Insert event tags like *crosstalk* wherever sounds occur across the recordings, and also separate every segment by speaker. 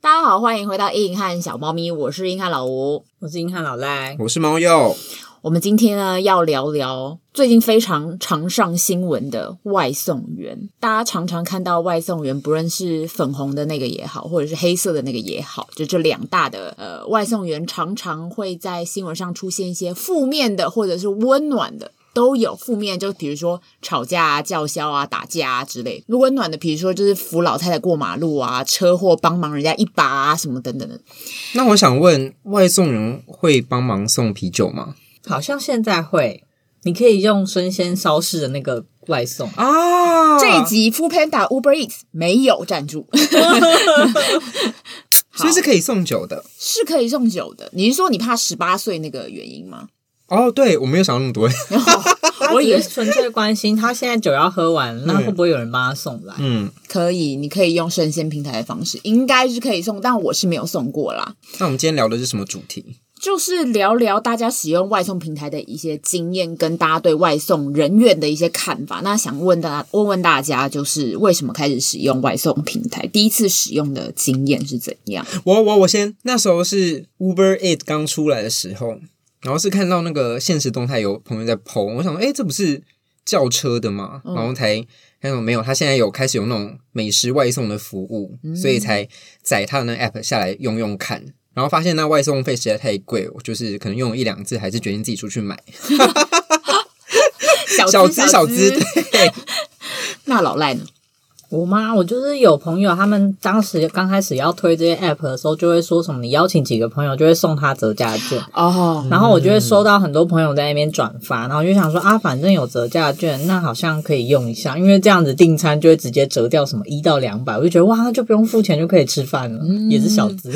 Speaker 1: 大家好，欢迎回到硬汉小猫咪，我是硬汉老吴。
Speaker 2: 我是硬汉老赖，
Speaker 3: 我是猫鼬，
Speaker 1: 我们今天呢要聊聊最近非常常上新闻的外送员。大家常常看到外送员，不论是粉红的那个也好，或者是黑色的那个也好，就这两大的呃外送员，常常会在新闻上出现一些负面的，或者是温暖的。都有负面，就比如说吵架啊、叫嚣啊、打架啊之类。温暖的，比如说就是扶老太太过马路啊、车祸帮忙人家一把啊什么等等的。
Speaker 3: 那我想问，外送人会帮忙送啤酒吗？
Speaker 2: 好像现在会，你可以用生鲜烧式的那个外送，
Speaker 3: 啊，
Speaker 1: 这一集 f o o Panda Uber Eats 没有赞助，
Speaker 3: 所以是可以送酒的
Speaker 1: 是可以送酒的。你是说你怕十八岁那个原因
Speaker 3: *laughs*
Speaker 1: 吗？
Speaker 3: 哦。对，我没有想到那么多。
Speaker 1: 然后
Speaker 2: 我
Speaker 1: 我以
Speaker 2: 也
Speaker 1: 为
Speaker 2: 是纯粹关心他现在酒要喝完，那会不会有人帮他送来？
Speaker 3: 嗯，
Speaker 1: 可以，你可以用生鲜平台的方式，应该是可以送，但我是没有送过啦。
Speaker 3: *laughs* 那我们今天聊的是什么主题？
Speaker 1: 就是聊聊大家使用外送平台的一些经验，跟大家对外送人员的一些看法。那想问大家，问问大家，就是为什么开始使用外送平台？第一次使用的经验是怎样？
Speaker 3: 我我我先，那时候是 Uber Eat 刚出来的时候，然后是看到那个现实动态有朋友在 PO，我想说，哎，这不是叫车的吗？然后才那种没有，他现在有开始有那种美食外送的服务，所以才载他的那 app 下来用用看。然后发现那外送费实在太贵，我就是可能用了一两次，还是决定自己出去买。
Speaker 1: 小
Speaker 3: *laughs* 小
Speaker 1: 资
Speaker 3: 资小资，
Speaker 1: 资，
Speaker 3: 对，
Speaker 1: 那老赖呢？
Speaker 2: 我妈，我就是有朋友，他们当时刚开始要推这些 app 的时候，就会说什么你邀请几个朋友就会送他折价券，
Speaker 1: 哦、
Speaker 2: 然后我就会收到很多朋友在那边转发，然后我就想说啊，反正有折价券，那好像可以用一下，因为这样子订餐就会直接折掉什么一到两百，我就觉得哇，那就不用付钱就可以吃饭了，也是小资。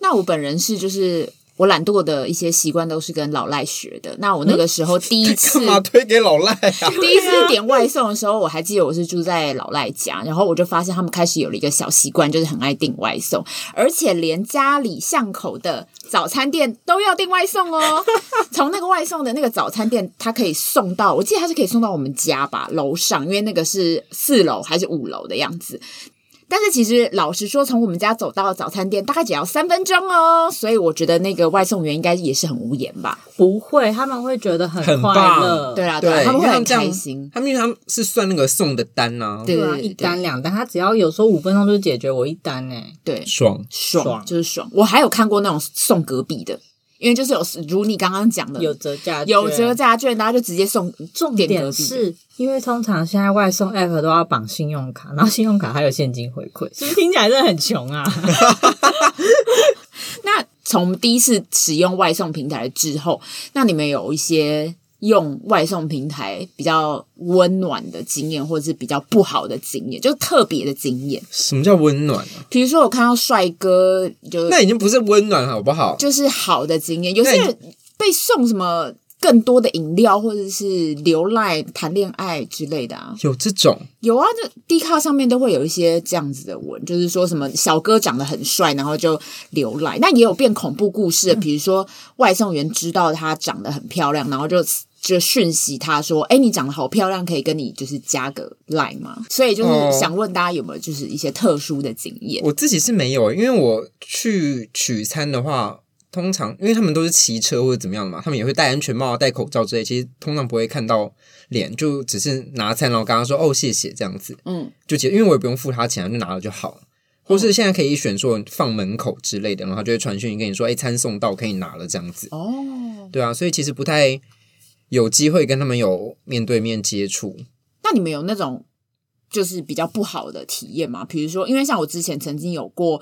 Speaker 1: 那我本人是就是我懒惰的一些习惯都是跟老赖学的。那我那个时候第一次、
Speaker 3: 嗯 *laughs* 干嘛推给老赖啊？
Speaker 1: 第一次点外送的时候，我还记得我是住在老赖家，然后我就发现他们开始有了一个小习惯，就是很爱订外送，而且连家里巷口的早餐店都要订外送哦。从那个外送的那个早餐店，它可以送到，我记得它是可以送到我们家吧楼上，因为那个是四楼还是五楼的样子。但是其实老实说，从我们家走到早餐店大概只要三分钟哦，所以我觉得那个外送员应该也是很无言吧？
Speaker 2: 不会，他们会觉得很
Speaker 3: 很
Speaker 2: 快
Speaker 3: 棒
Speaker 2: 乐。
Speaker 1: 对啦，啦
Speaker 3: 对，
Speaker 1: 他们
Speaker 3: 因
Speaker 1: 会
Speaker 3: 为
Speaker 1: 很
Speaker 3: 这样
Speaker 1: 开心。
Speaker 3: 他们因为他们是算那个送的单呐、啊，
Speaker 1: 对
Speaker 2: 啊，一单两单，他只要有时候五分钟就解决我一单欸呢、
Speaker 1: 对，
Speaker 3: 爽。
Speaker 1: 爽，
Speaker 2: 爽
Speaker 1: 就是爽。我还有看过那种送隔壁的，因为就是有如你刚刚讲的，
Speaker 2: 有折价券，
Speaker 1: 有折价券，大家就直接送
Speaker 2: 重
Speaker 1: 点隔
Speaker 2: 点
Speaker 1: 壁的。
Speaker 2: 是因为通常现在外送 app 都要绑信用卡，然后信用卡还有现金回
Speaker 1: *laughs*
Speaker 2: 馈，是不是听起来真的很穷啊？
Speaker 1: 那从第一次使用外送平台之后，那你们有一些用外送平台比较温暖的经验，或者是比较不好的经验，就是特别的经验。
Speaker 3: 什么叫温暖啊？
Speaker 1: 比如说，我看到帅哥，就
Speaker 3: 那已经不是温暖了好不好？
Speaker 1: 就是好的经验，有
Speaker 3: 那
Speaker 1: 些
Speaker 3: 你
Speaker 1: 人被送什么更多的饮料，或者是流赖谈恋爱之类的啊。
Speaker 3: 有这种
Speaker 1: 有啊，就 D 卡上面都会有一些这样子的文，就是说什么小哥长得很帅，然后就流赖。那也有变恐怖故事的，比如说外送员知道她长得很漂亮，然后就就讯息她说：“哎、你长得好漂亮，可以跟你就是加个赖吗？”所以就是
Speaker 3: 哦
Speaker 1: 想问大家有没有就是一些特殊的经验？
Speaker 3: 我自己是没有，因为我去取餐的话，通常因为他们都是骑车或者怎么样嘛，他们也会戴安全帽、啊戴口罩之类，其实通常不会看到脸，就只是拿餐然后跟他说哦谢谢这样子，
Speaker 1: 嗯，
Speaker 3: 就结，因为我也不用付他钱，就拿了就好了。或
Speaker 2: 嗯
Speaker 3: 是现在可以选说放门口之类的，然后他就会传讯跟你说，哎、餐送到可以拿了这样子，
Speaker 1: 哦，
Speaker 3: 对啊，所以其实不太有机会跟他们有面对面接触。
Speaker 1: 那你们有那种就是比较不好的体验吗？比如说，因为像我之前曾经有过，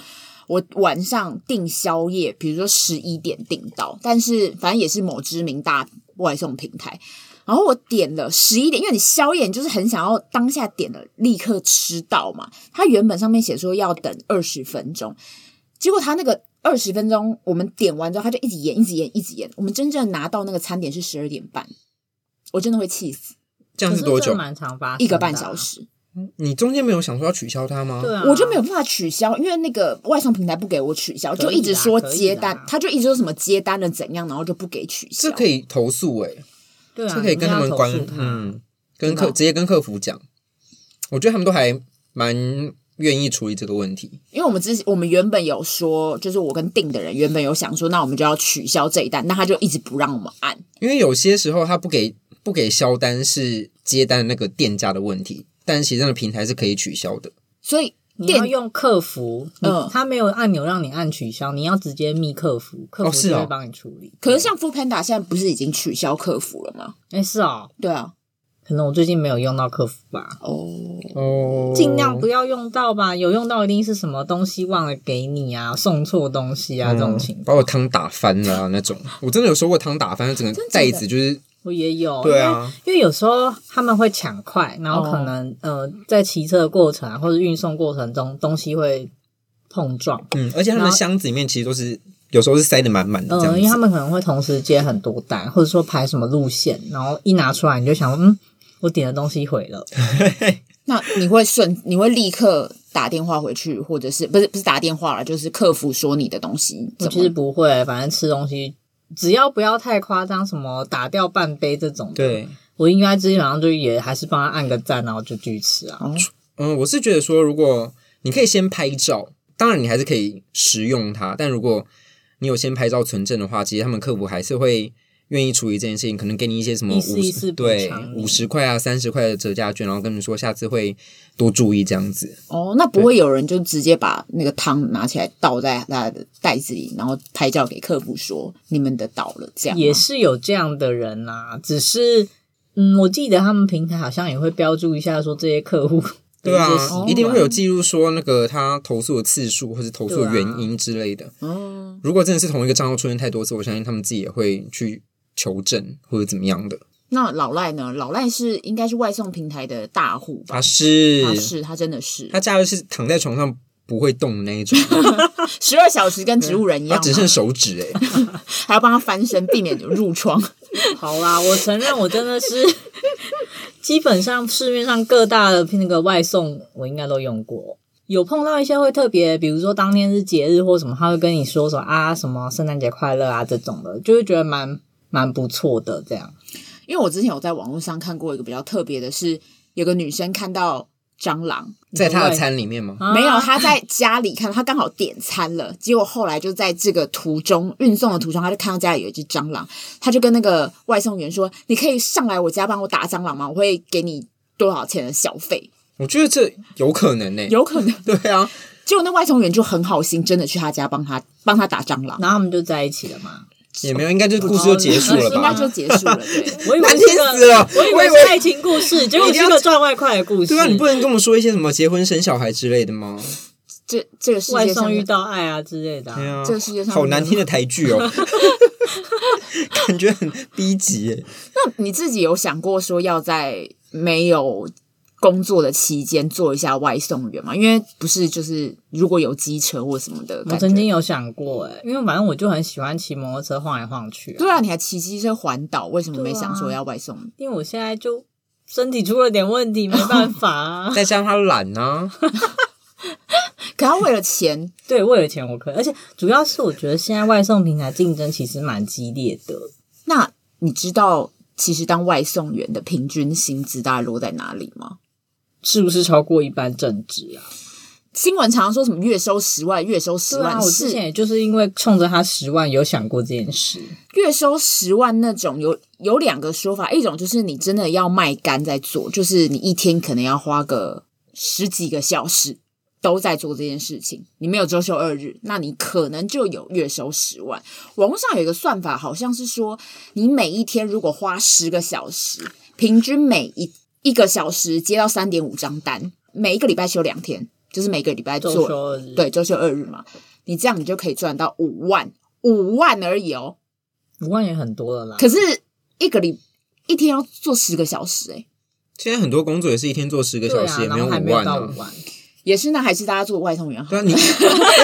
Speaker 1: 我晚上订宵夜，比如说十一点订到，但是反正也是某知名大外送平台。然后我点了十一点，因为你宵夜你就是很想要当下点了立刻吃到嘛。它原本上面写说要等二十分钟，结果他那个二十分钟我们点完之后，他就一直延，一直延，一直延。我们真正拿到那个餐点是十二点半，我真的会气死。
Speaker 3: 这样是多
Speaker 2: 可
Speaker 3: 久
Speaker 2: 这？蛮常发生的啊
Speaker 1: 一个半小。时。
Speaker 3: 你中间没有想说要取消它吗？
Speaker 2: 对啊，
Speaker 1: 我就没有办法取消，因为那个外送平台不给我取消，
Speaker 2: 可以啦
Speaker 1: 就一直说接
Speaker 2: 可以
Speaker 1: 单
Speaker 2: 啦，
Speaker 1: 他就一直说什么接单了怎样，然后就不给取消。
Speaker 2: 啊
Speaker 3: 这可以投诉哎、
Speaker 2: 对啊，
Speaker 3: 这可以跟他们官
Speaker 2: 你一定要投诉他
Speaker 3: 嗯，跟
Speaker 2: 知道
Speaker 3: 客直接跟客服讲，我觉得他们都还蛮愿意处理这个问题。
Speaker 1: 因为我们之前我们原本有说，就是我跟订的人原本有想说，那我们就要取消这一单，那他就一直不让我们按。
Speaker 3: 因为有些时候他不给不给销单是接单的那个店家的问题，但其实那个平台是可以取消的。
Speaker 1: 所以
Speaker 2: 你
Speaker 1: 店
Speaker 2: 要用客服，
Speaker 1: 嗯
Speaker 2: 嗯，他没有按钮让你按取消，你要直接密客服，客
Speaker 3: 哦是
Speaker 2: 服就
Speaker 3: 哦
Speaker 2: 会帮你处理。
Speaker 1: 可是像 Food Panda 现在不是已经取消客服了吗？
Speaker 2: 哎，是哦，
Speaker 1: 对啊，
Speaker 2: 可能我最近没有用到客服吧，
Speaker 1: 哦，
Speaker 3: 哦
Speaker 2: 尽量不要用到吧，有用到一定是什么东西忘了给你啊，送错东西
Speaker 3: 嗯
Speaker 2: 啊这种情
Speaker 3: 把
Speaker 2: 况，
Speaker 3: 我汤打翻了、啊、那种。我真的有收过汤打翻，整个
Speaker 1: 真的假
Speaker 3: 袋
Speaker 1: 的
Speaker 3: 子就是
Speaker 2: 我也有，
Speaker 3: 对啊，
Speaker 2: 因为，因为有时候他们会抢快，然后可能、
Speaker 3: 哦
Speaker 2: 呃在骑车的过程啊，或者运送过程中东西会碰撞，
Speaker 3: 嗯，而且他
Speaker 2: 然
Speaker 3: 们
Speaker 2: 后
Speaker 3: 箱子里面其实都是有时候是塞的满满的这样
Speaker 2: 嗯，
Speaker 3: 子。
Speaker 2: 因为他们可能会同时接很多单，或者说排什么路线，然后一拿出来你就想说，嗯，我点的东西毁了，
Speaker 1: 那你会顺，你会立刻打电话回去，或者是不是不是打电话了，就是客服说你的东西
Speaker 2: 我
Speaker 1: 怎
Speaker 2: 其实
Speaker 1: 么？
Speaker 2: 不会，反正吃东西只要不要太夸张，什么打掉半杯这种，，
Speaker 3: 对，
Speaker 2: 我应该基本上就也还是帮他按个赞，然后就继续吃啊。
Speaker 1: 哦
Speaker 3: 嗯，我是觉得说，如果你可以先拍照，当然你还是可以食用它，但如果你有先拍照存证的话，其实他们客服还是会愿意处理这件事情，可能给你一些什么
Speaker 2: 意思
Speaker 3: 五
Speaker 2: 意思补
Speaker 3: 对
Speaker 2: 偿你
Speaker 3: 五十块啊、三十块的折价券，然后跟你说下次会多注意这样子。
Speaker 1: 哦，那不会有人就直接把那个汤拿起来倒在他的袋子里，然后拍照给客服说你们的倒了，这样吗
Speaker 2: 也是有这样的人啦、只是嗯，我记得他们平台好像也会标注一下说这些客户 *laughs* 的
Speaker 3: 对啊
Speaker 2: 一些习惯，
Speaker 1: 哦
Speaker 3: 一定会有记录说那个他投诉的次数或是投诉的
Speaker 2: 对
Speaker 3: 原
Speaker 2: 啊
Speaker 3: 因之类的。
Speaker 1: 哦，
Speaker 3: 如果真的是同一个账号出现太多次，我相信他们自己也会去求证或者怎么样的。
Speaker 1: 那老赖呢？老赖是应该是外送平台的大户
Speaker 2: 啊
Speaker 1: 吧？
Speaker 3: 他啊是
Speaker 1: 他是他真的是
Speaker 3: 他假日是躺在床上不会动的那一种，
Speaker 1: 十二小时跟植物人一
Speaker 2: 啊
Speaker 3: *laughs*
Speaker 1: 样
Speaker 3: 他只
Speaker 1: 嘛，
Speaker 3: 剩手指哎、
Speaker 1: 还要帮他翻身，避免褥疮。
Speaker 2: 好啦，我承认我真的是 *laughs* 基本上市面上各大的那个外送，我应该都用过。有碰到一些会特别，比如说当天是节日或什么，他会跟你说说啊什么圣诞节快乐啊这种的，就会觉得蛮蛮不错的这样。
Speaker 1: *laughs* 因为我之前有在网络上看过一个比较特别的是，有个女生看到蟑螂，
Speaker 3: 在他的餐里面吗？
Speaker 2: 啊
Speaker 1: 没有，她在家里看到，她刚好点餐了，结果后来就在这个途中运送的途中，她就看到家里有一只蟑螂，她就跟那个外送员说：“你可以上来我家帮我打蟑螂吗？我会给你多少钱的小费
Speaker 3: 我觉得这有可能呢、？”
Speaker 1: *laughs* 有可能，
Speaker 3: 对啊，
Speaker 1: 结果那外送员就很好心，真的去她家帮她帮她打蟑螂，
Speaker 2: 然后他们就在一起了嘛。
Speaker 3: 也没有，应该就是故事就结束了
Speaker 1: 应该
Speaker 3: 吧？
Speaker 1: 就结束了。对，
Speaker 2: 我以为
Speaker 3: 难
Speaker 2: 是
Speaker 3: 听
Speaker 2: 个，
Speaker 3: 死了！
Speaker 2: 我以为是爱情故事，结果
Speaker 3: 你一
Speaker 2: 是
Speaker 3: 定要
Speaker 2: 个赚外快的故事。
Speaker 3: 对啊，你不能跟我说一些什么结婚生小孩之类的吗？
Speaker 1: 这这个世
Speaker 2: 外
Speaker 1: 界
Speaker 2: 送
Speaker 1: 上 *laughs*
Speaker 2: 遇到爱啊之类的啊、
Speaker 3: 对啊，
Speaker 1: 这个世界上
Speaker 3: 好难听的台剧
Speaker 2: *laughs*
Speaker 3: 哦，感觉很低级、欸。
Speaker 1: 你自己有想过说要在没有工作的期间做一下外送员吗？因为不是就是如果有机车或什么的
Speaker 2: 我
Speaker 1: 感觉，
Speaker 2: 曾经有想过、欸，因为反正我就很喜欢骑摩托车晃来晃去、啊。
Speaker 1: 对啊，你还骑机车环岛，为什么没
Speaker 2: 对啊
Speaker 1: 想说要外送？
Speaker 2: 因为我现在就身体出了点问题，没办法、啊。 *laughs*
Speaker 3: 再加上他懒啊，
Speaker 1: 可他为了钱，
Speaker 2: 对，为了钱我可以，而且主要是我觉得现在外送平台竞争其实蛮激烈的。
Speaker 1: 那你知道其实当外送员的平均薪资大概落在哪里吗？
Speaker 2: 是不是超过一般正职啊？
Speaker 1: 新闻常常说什么月收十万，月收十
Speaker 2: 对啊，
Speaker 1: 万，
Speaker 2: 我之前
Speaker 1: 是
Speaker 2: 也就是因为冲着他十万有想过这件事，
Speaker 1: 月收十万那种有有两个说法，一种就是你真的要卖干在做，就是你一天可能要花个十几个小时都在做这件事情，你没有周休二日，那你可能就有月收十万。网络上有一个算法，好像是说你每一天如果花十个小时，平均每一一个小时接到三点五张单，每一个礼拜休两天，就是每个礼拜
Speaker 2: 周
Speaker 1: 做
Speaker 2: 休二日，
Speaker 1: 对周休二日嘛，你这样你就可以赚到五万，五万而已哦。
Speaker 2: 五万也很多了啦。
Speaker 1: 可是一个礼一天要做十个小时、欸，
Speaker 3: 现在很多工作也是一天做十个
Speaker 2: 对
Speaker 3: 小
Speaker 2: 啊，
Speaker 3: 时，也
Speaker 2: 然
Speaker 3: 有
Speaker 2: 后还
Speaker 3: 五
Speaker 2: 没有
Speaker 3: 万
Speaker 2: 到
Speaker 3: 啊
Speaker 2: 五。万，
Speaker 1: 也是那还是大家做外送员好
Speaker 3: 对。啊，你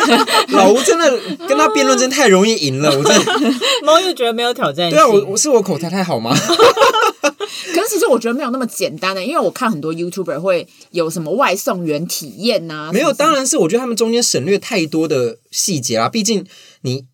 Speaker 3: *laughs* 老吴真的跟他辩论真
Speaker 2: *laughs*
Speaker 3: 太容易赢了，我真的啊
Speaker 2: 猫又觉得没有挑战性。
Speaker 3: 对啊，我我是我口才太好吗？
Speaker 1: 可是其实我觉得没有那么简单的、欸因为我看很多 YouTuber 会有什么外送员体验呐、
Speaker 3: 啊没有，
Speaker 1: 什么
Speaker 3: 当然是我觉得他们中间省略太多的细节啦。毕竟你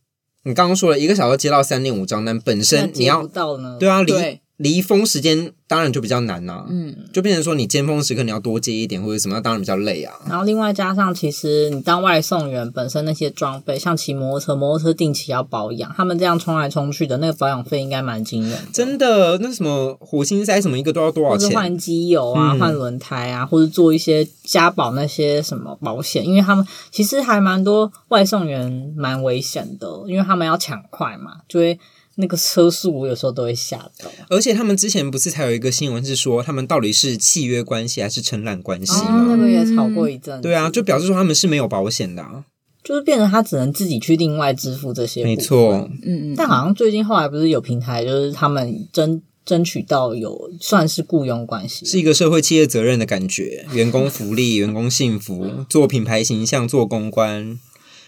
Speaker 3: 你刚刚说了一个小时接到三点五张单，本
Speaker 2: 那
Speaker 3: 身你
Speaker 2: 接不
Speaker 3: 要
Speaker 2: 到呢？
Speaker 3: 对啊，离
Speaker 1: 对
Speaker 3: 离封时间当然就比较难啦、
Speaker 1: 嗯，
Speaker 3: 就变成说你尖峰时刻你要多接一点或者什么，那当然比较累啊。
Speaker 2: 然后另外加上，其实你当外送员本身那些装备，像骑摩托车，摩托车定期要保养，他们这样冲来冲去的，那个保养费应该蛮惊人的。
Speaker 3: 真的，那什么火星塞什么一个都要多少
Speaker 2: 或者
Speaker 3: 钱？
Speaker 2: 换机油啊、
Speaker 3: 嗯
Speaker 2: 换轮胎啊，或者做一些加保那些什么保险，因为他们其实还蛮多外送员蛮危险的，因为他们要抢快嘛，就会那个车速我有时候都会吓到。
Speaker 3: 而且他们之前不是才有一个新闻是说他们到底是契约关系还是承揽关系
Speaker 2: 哦，那
Speaker 3: 吗？
Speaker 2: 个也吵过一阵子，
Speaker 3: 对啊，就表示说他们是没有保险的、啊。
Speaker 2: 就是变成他只能自己去另外支付这些。
Speaker 3: 没。错，
Speaker 1: 嗯嗯
Speaker 2: 但好像最近后来不是有平台，就是他们争争取到有算是雇佣关系，
Speaker 3: 是一个社会企业责任的感觉，员工
Speaker 2: *laughs*
Speaker 3: 福利、员工幸福，做品牌形象、做公关，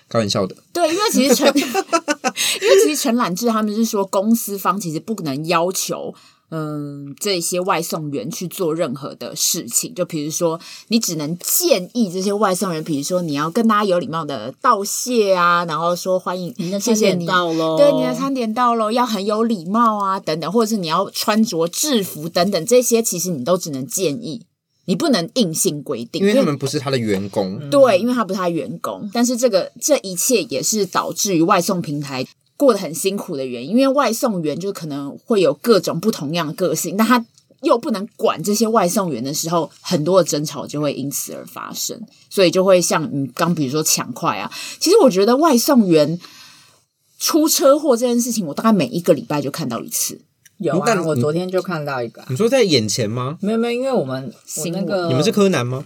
Speaker 3: 开玩笑的。
Speaker 1: 对，因为其
Speaker 3: *laughs*
Speaker 1: 实陈，因为其实陈揽志他们是说，公司方其实不能要求。嗯，这些外送员去做任何的事情，就比如说，你只能建议这些外送员，比如说你要跟大家有礼貌的道谢啊，然后说欢迎，
Speaker 2: 你的
Speaker 1: 谢
Speaker 2: 餐
Speaker 1: 谢
Speaker 2: 点
Speaker 1: 你，
Speaker 2: 到喽，
Speaker 1: 对，你的餐点到喽，要很有礼貌啊，等等，或者是你要穿着制服等等，这些其实你都只能建议，你不能硬性规定，
Speaker 3: 因为他们不是他的员工，
Speaker 2: 嗯
Speaker 1: 对，因为他不是他员工，但是这个这一切也是导致于外送平台过得很辛苦的原因，因为外送员就可能会有各种不同样的个性，那他又不能管这些外送员的时候，很多的争吵就会因此而发生，所以就会像你刚比如说抢快啊，其实我觉得外送员。出车祸这件事情，我大概每一个礼拜就看到一次。
Speaker 2: 有啊
Speaker 3: 但，
Speaker 2: 我昨天就看到一个啊、
Speaker 3: 你说在眼前吗？
Speaker 2: 没有没有，因为我们我
Speaker 1: 新
Speaker 2: 那
Speaker 1: 闻
Speaker 2: 个
Speaker 3: 嗯你们是柯南吗？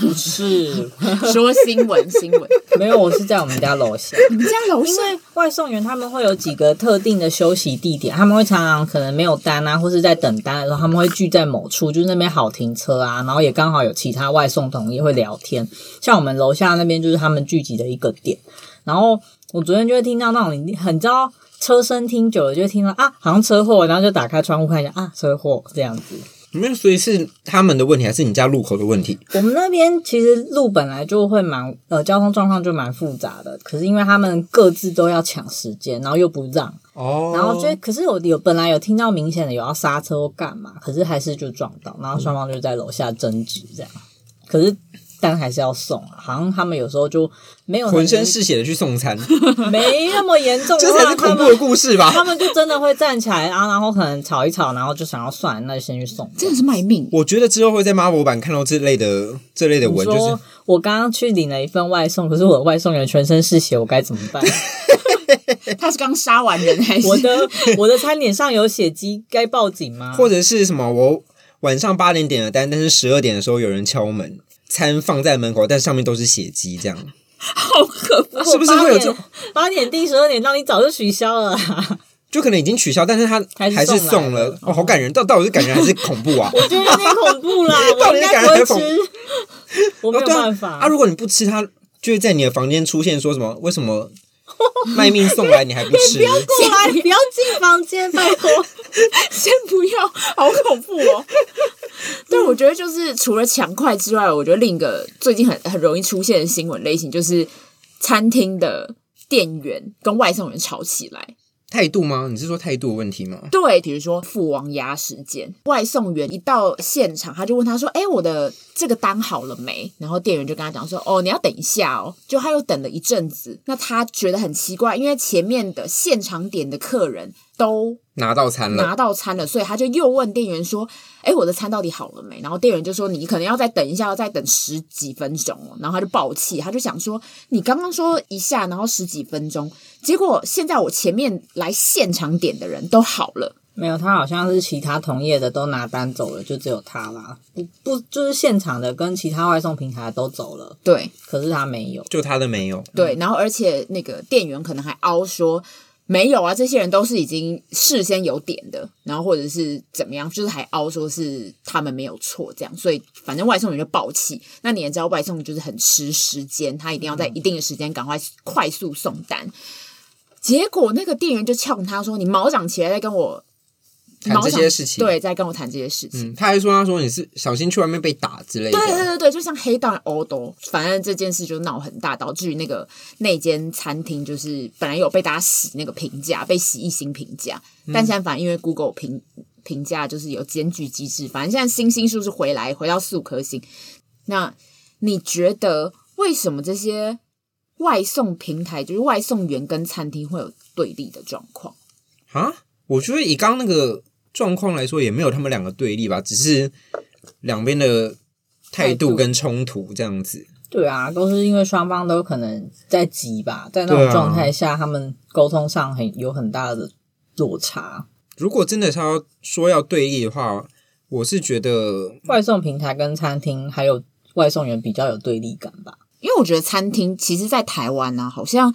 Speaker 2: 不是
Speaker 1: *laughs* 说新闻，新 *laughs* 闻，
Speaker 2: 没有，我是在我们家楼下。
Speaker 1: 你们家楼
Speaker 2: 因
Speaker 1: 上
Speaker 2: 为外送员他们会有几个特定的休息地点，他们会常常可能没有单啊，或是在等单的时候，他们会聚在某处，就是那边好停车啊，然后也刚好有其他外送同业会聊天。像我们楼下那边就是他们聚集的一个点，然后我昨天就会听到那种你很知道车声听久了就会听到啊，好像车祸，然后就打开窗户看一下啊，车祸这样子。
Speaker 3: 你们所以是他们的问题，还是你家路口的问题？
Speaker 2: 我们那边其实路本来就会蛮呃交通状况就蛮复杂的，可是因为他们各自都要抢时间，然后又不让，
Speaker 3: 哦
Speaker 2: 然后就可是有有本来有听到明显的有要刹车或干嘛，可是还是就撞到，然后双方就在楼下争执这样，可是单还是要送啊，好像他们有时候就没有
Speaker 3: 浑身是血的去送餐，
Speaker 2: *laughs* 没那么严
Speaker 3: *laughs*
Speaker 2: 重的
Speaker 3: 这才
Speaker 2: 话，
Speaker 3: 是
Speaker 2: 他
Speaker 3: 恐怖的
Speaker 2: 们
Speaker 3: 故事吧？
Speaker 2: 他们就真的会站起来啊，然后可能吵一吵，然后就想要算了，那就先去送。
Speaker 1: 真的是卖命，
Speaker 3: 我觉得之后会在 Marvel 版看到这类的这类的
Speaker 2: 你
Speaker 3: 文，
Speaker 2: 说
Speaker 3: 就是
Speaker 2: 我刚刚去领了一份外送，可是我的外送员全身是血，我该怎么
Speaker 3: *laughs*
Speaker 2: 办？
Speaker 1: *laughs* 他是刚杀完人还是？
Speaker 2: 我的我的餐点上有血迹，该报警吗？
Speaker 3: 或者是什么我晚上八点点的单，但是十二点的时候有人敲门，餐放在门口，但上面都是血迹，这样
Speaker 1: 好可怕！
Speaker 3: 是不是会有这种？
Speaker 2: 八点定十二点到？你早就取消了啊、
Speaker 3: 就可能已经取消，但是他
Speaker 2: 还是
Speaker 3: 还是
Speaker 2: 送来
Speaker 3: 送了，哦，好感人，到到底是感人还是恐怖啊？
Speaker 2: *laughs* 我觉得有点恐怖 *laughs* 啦，
Speaker 3: 到
Speaker 2: 我
Speaker 3: 底
Speaker 2: 应
Speaker 3: 是感
Speaker 2: 该不
Speaker 3: 人还
Speaker 2: 会
Speaker 3: 是恐
Speaker 2: 吃， *laughs* 我没有
Speaker 3: 哦对啊
Speaker 2: 办法。
Speaker 3: 啊，如果你不吃它，就会在你的房间出现说什么？为
Speaker 2: *laughs*
Speaker 3: 什么卖命送来你还不吃？
Speaker 2: 过来，不要进房间，拜托。
Speaker 1: 先不要，好恐怖哦！但我觉得就是除了抢快之外，我觉得另一个最近很很容易出现的新闻类型就是餐厅的店员跟外送员吵起来。
Speaker 3: 态度吗？你是说态度的问题吗？
Speaker 1: 对，比如说付王牙时间，外送员一到现场，他就问他说：“哎、我的这个单好了没？”然后店员就跟他讲说：“哦，你要等一下哦。”就他又等了一阵子，那他觉得很奇怪，因为前面的现场点的客人都
Speaker 3: 拿到餐了，
Speaker 1: 拿到餐了，所以他就又问店员说：“哎，我的餐到底好了没？”然后店员就说：“你可能要再等一下，要再等十几分钟哦。”然后他就爆气，他就想说：“你刚刚说一下，然后十几分钟，结果现在我前面来现场点的人都好了，
Speaker 2: *laughs* 没有，他好像是其他同业的都拿单走了，就只有他啦。不不，就是现场的跟其他外送平台都走了，
Speaker 1: 对
Speaker 2: 可是他没有。
Speaker 3: 就他的没有。
Speaker 1: 对。然后而且那个店员可能还凹说。”没有啊，这些人都是已经事先有点的，然后或者是怎么样，就是还凹说是他们没有错这样，所以反正外送员就爆气。那你也知道，外送就是很吃时间，他一定要
Speaker 3: 嗯
Speaker 1: 在一定的时间赶快快速送单。结果那个店员就呛他说：“你毛长起来再跟我
Speaker 3: 谈这些事情。
Speaker 1: 对，在跟我谈这些事情。
Speaker 3: 嗯，他还说他说你是小心去外面被打之类的
Speaker 1: 对。对对对，就像黑道殴斗，反正这件事就闹很大，导致于那个那间餐厅就是本来有被大家洗那个评价，被洗一星评价，
Speaker 3: 嗯
Speaker 1: 但现在反正因为 Google 评评价就是有检举机制，反正现在星星数是回来回到四五颗星。那你觉得为什么这些外送平台，就是外送员跟餐厅会有对立的状况？
Speaker 3: 啊，我觉得以刚刚那个状况来说，也没有他们两个对立吧，只是两边的态
Speaker 1: 态
Speaker 3: 度
Speaker 1: 度
Speaker 3: 跟冲突这样子。
Speaker 2: 对啊，都是因为双方都可能在急吧，在那
Speaker 3: 对
Speaker 2: 种
Speaker 3: 啊
Speaker 2: 状态下，他们沟通上很有很大的落差。
Speaker 3: 如果真的是要说要对立的话，我是觉得
Speaker 2: 外送平台跟餐厅还有外送员比较有对立感吧。
Speaker 1: 因为我觉得餐厅其实，在台湾呢、好像，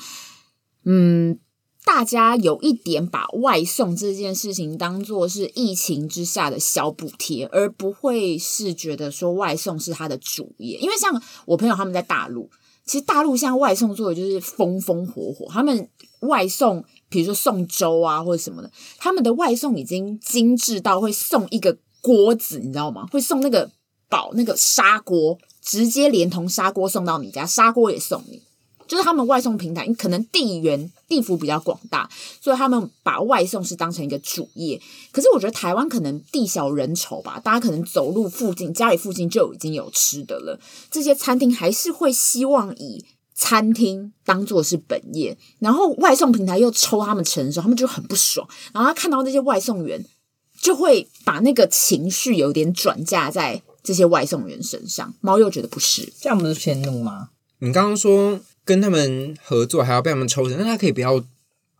Speaker 1: 嗯，大家有一点把外送这件事情当做是疫情之下的小补贴，而不会是觉得说外送是他的主业。因为像我朋友他们在大陆，其实大陆像外送做的就是风风火火，他们外送。比如说送粥啊或者什么的，他们的外送已经精致到会送一个锅子，你知道吗？会送那个宝那个砂锅，直接连同砂锅送到你家，砂锅也送你。就是他们外送平台，因为可能地缘地幅比较广大，所以他们把外送是当成一个主业。可是我觉得台湾可能地小人稠吧，大家可能走路附近、家里附近就已经有吃的了。这些餐厅还是会希望以餐厅当做是本业，然后外送平台又抽他们成手，他们就很不爽。然后他看到那些外送员，就会把那个情绪有点转嫁在这些外送员身上。猫又觉得不是，
Speaker 2: 这样不是迁怒吗？
Speaker 3: 你刚刚说跟他们合作还要被他们抽成，那他可以不要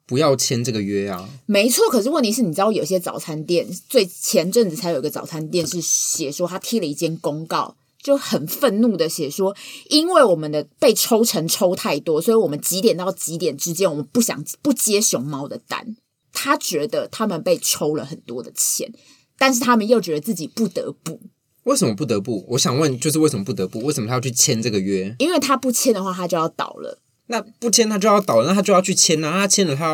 Speaker 3: 不要签这个约啊？
Speaker 1: 没错。可是问题是，你知道有些早餐店，最前阵子才有一个早餐店是写说他贴了一间公告。就很愤怒的写说，因为我们的被抽成抽太多，所以我们几点到几点之间，我们不想不接熊猫的单。他觉得他们被抽了很多的钱，但是他们又觉得自己不得不，
Speaker 3: 为什么不得不？我想问，就是为什么不得不？为什么他要去签这个约？
Speaker 1: 因为他不签的话，他就要倒了。
Speaker 3: 那不签他就要倒，那他就要去签啊！那他签了，他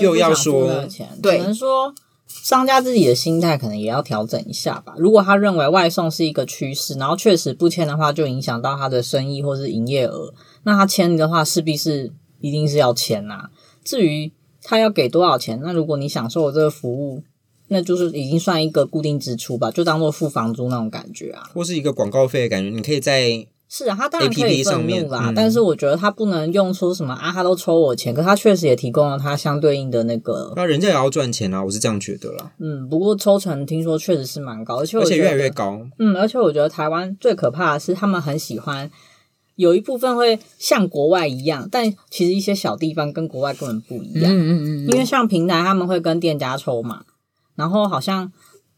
Speaker 3: 要又要
Speaker 2: 他们不想付那
Speaker 3: 说
Speaker 2: 个钱，
Speaker 1: 对
Speaker 2: 只能说商家自己的心态可能也要调整一下吧。如果他认为外送是一个趋势，然后确实不签的话，就影响到他的生意或是营业额，那他签的话，势必是一定是要签啦、至于他要给多少钱，那如果你享受我这个服务，那就是已经算一个固定支出吧，就当做付房租那种感觉啊。
Speaker 3: 或是一个广告费的感觉，你可以在
Speaker 2: 是啊，他当然可
Speaker 3: APP
Speaker 2: 以
Speaker 3: 上
Speaker 2: 愤
Speaker 3: 面
Speaker 2: 怒啦，
Speaker 3: 嗯
Speaker 2: 但是我觉得他不能用说什么啊，他都抽我钱，可他确实也提供了他相对应的那个，
Speaker 3: 那人家也要赚钱啊，我是这样觉得啦，
Speaker 2: 嗯，不过抽成听说确实是蛮高，而且我
Speaker 3: 而且
Speaker 2: 觉
Speaker 3: 越
Speaker 2: 得
Speaker 3: 来越高。
Speaker 2: 嗯，而且我觉得台湾最可怕的是，他们很喜欢有一部分会像国外一样，但其实一些小地方跟国外根本不一样。
Speaker 1: 嗯嗯
Speaker 2: 因为像平台他们会跟店家抽嘛，然后好像，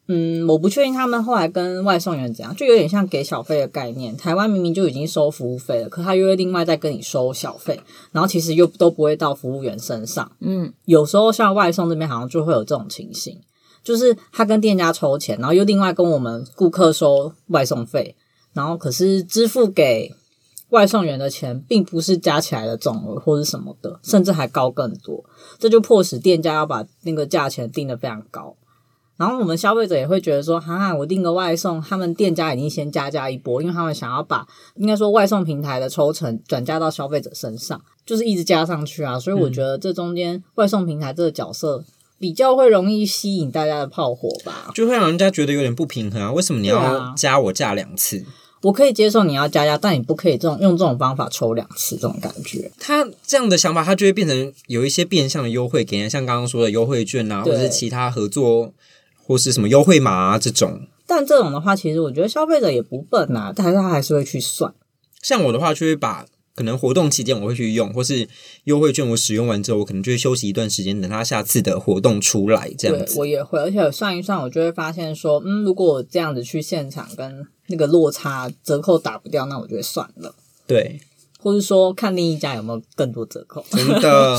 Speaker 2: 嗯，我不确定他们后来跟外送员怎样，就有点像给小费的概念。台湾明明就已经收服务费了，可他又会另外再跟你收小费，然后其实又都不会到服务员身上。
Speaker 1: 嗯，。
Speaker 2: 有时候像外送这边好像就会有这种情形，就是他跟店家抽钱，然后又另外跟我们顾客收外送费，然后可是支付给外送员的钱并不是加起来的总额或是什么的，甚至还高更多，这就迫使店家要把那个价钱定得非常高。然后我们消费者也会觉得说，哈，我订个外送，他们店家已经先加价一波，因为他们想要把应该说外送平台的抽成转嫁到消费者身上，就是一直加上去啊。所以
Speaker 3: 嗯
Speaker 2: 我觉得这中间外送平台这个角色比较会容易吸引大家的炮火吧。
Speaker 3: 就会让人家觉得有点不平衡啊！为什么你
Speaker 2: 对
Speaker 3: 要
Speaker 2: 啊
Speaker 3: 加我价两次？
Speaker 2: 我可以接受你要加价，但你不可以这种用这种方法抽两次这种感觉。
Speaker 3: 他这样的想法，他就会变成有一些变相的优惠给人，像刚刚说的优惠券啊，或
Speaker 2: 对
Speaker 3: 者是其他合作或是什么优惠码啊这种。
Speaker 2: 但这种的话，其实我觉得消费者也不笨呐、但是他还是会去算。
Speaker 3: 像我的话，就会把可能活动期间我会去用，或是优惠券我使用完之后，我可能就会休息一段时间，等它下次的活动出来这样
Speaker 2: 对，
Speaker 3: 子。
Speaker 2: 我也会，而且算一算，我就会发现说，嗯，如果我这样子去现场跟那个落差折扣打不掉，那我就会算了，
Speaker 3: 对，
Speaker 2: 或是说看另一家有没有更多折扣。
Speaker 3: 真 的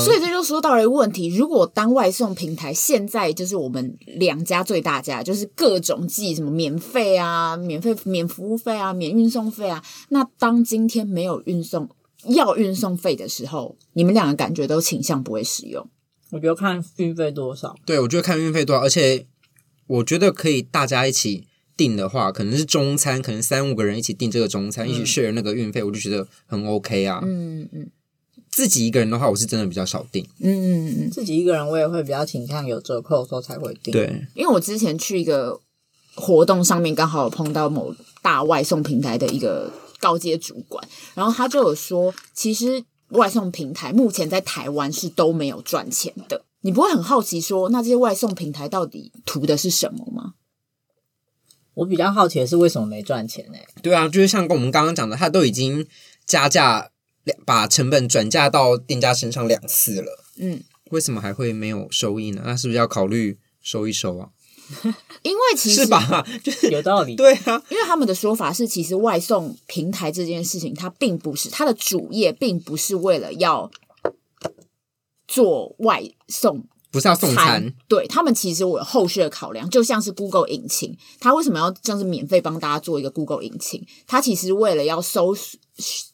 Speaker 2: *laughs*
Speaker 1: 所以这就说到了一个问题：如果当外送平台现在就是我们两家最大家，就是各种寄什么免费啊、免费免服务费啊、免运送费啊，那当今天没有运送要运送费的时候，你们两个感觉都倾向不会使用。
Speaker 2: 我觉得看运费多少，
Speaker 3: 对，我就会看运费多少，而且我觉得可以大家一起订的话，可能是中餐，可能三五个人一起订这个中餐，一起 share 那个运费，我就觉得很 OK 啊。
Speaker 1: 嗯嗯
Speaker 3: 自己一个人的话，我是真的比较少订。
Speaker 1: 嗯嗯嗯，
Speaker 2: 自己一个人我也会比较倾向有折扣的时候才会订。，
Speaker 3: 对，
Speaker 1: 因为我之前去一个活动上面，刚好有碰到某大外送平台的一个高阶主管，然后他就有说，其实外送平台目前在台湾是都没有赚钱的。你不会很好奇说，那这些外送平台到底图的是什么吗？
Speaker 2: 我比较好奇的是为什么没赚钱欸呢、
Speaker 3: 对啊，就是像跟我们刚刚讲的，他都已经加价两，把成本转嫁到店家身上两次了，
Speaker 1: 嗯，
Speaker 3: 为什么还会没有收益呢？那是不是要考虑收一收啊？
Speaker 1: 因为其实
Speaker 3: 是吧？ *laughs*
Speaker 2: 有道理。
Speaker 3: 对啊，
Speaker 1: 因为他们的说法是，其实外送平台这件事情，它并不是它的主业，并不是为了要做外送
Speaker 3: 不是要送餐，
Speaker 1: 对他们其实我有后续的考量，就像是 Google 引擎，它为什么要这样子免费帮大家做一个 Google 引擎？它其实为了要收，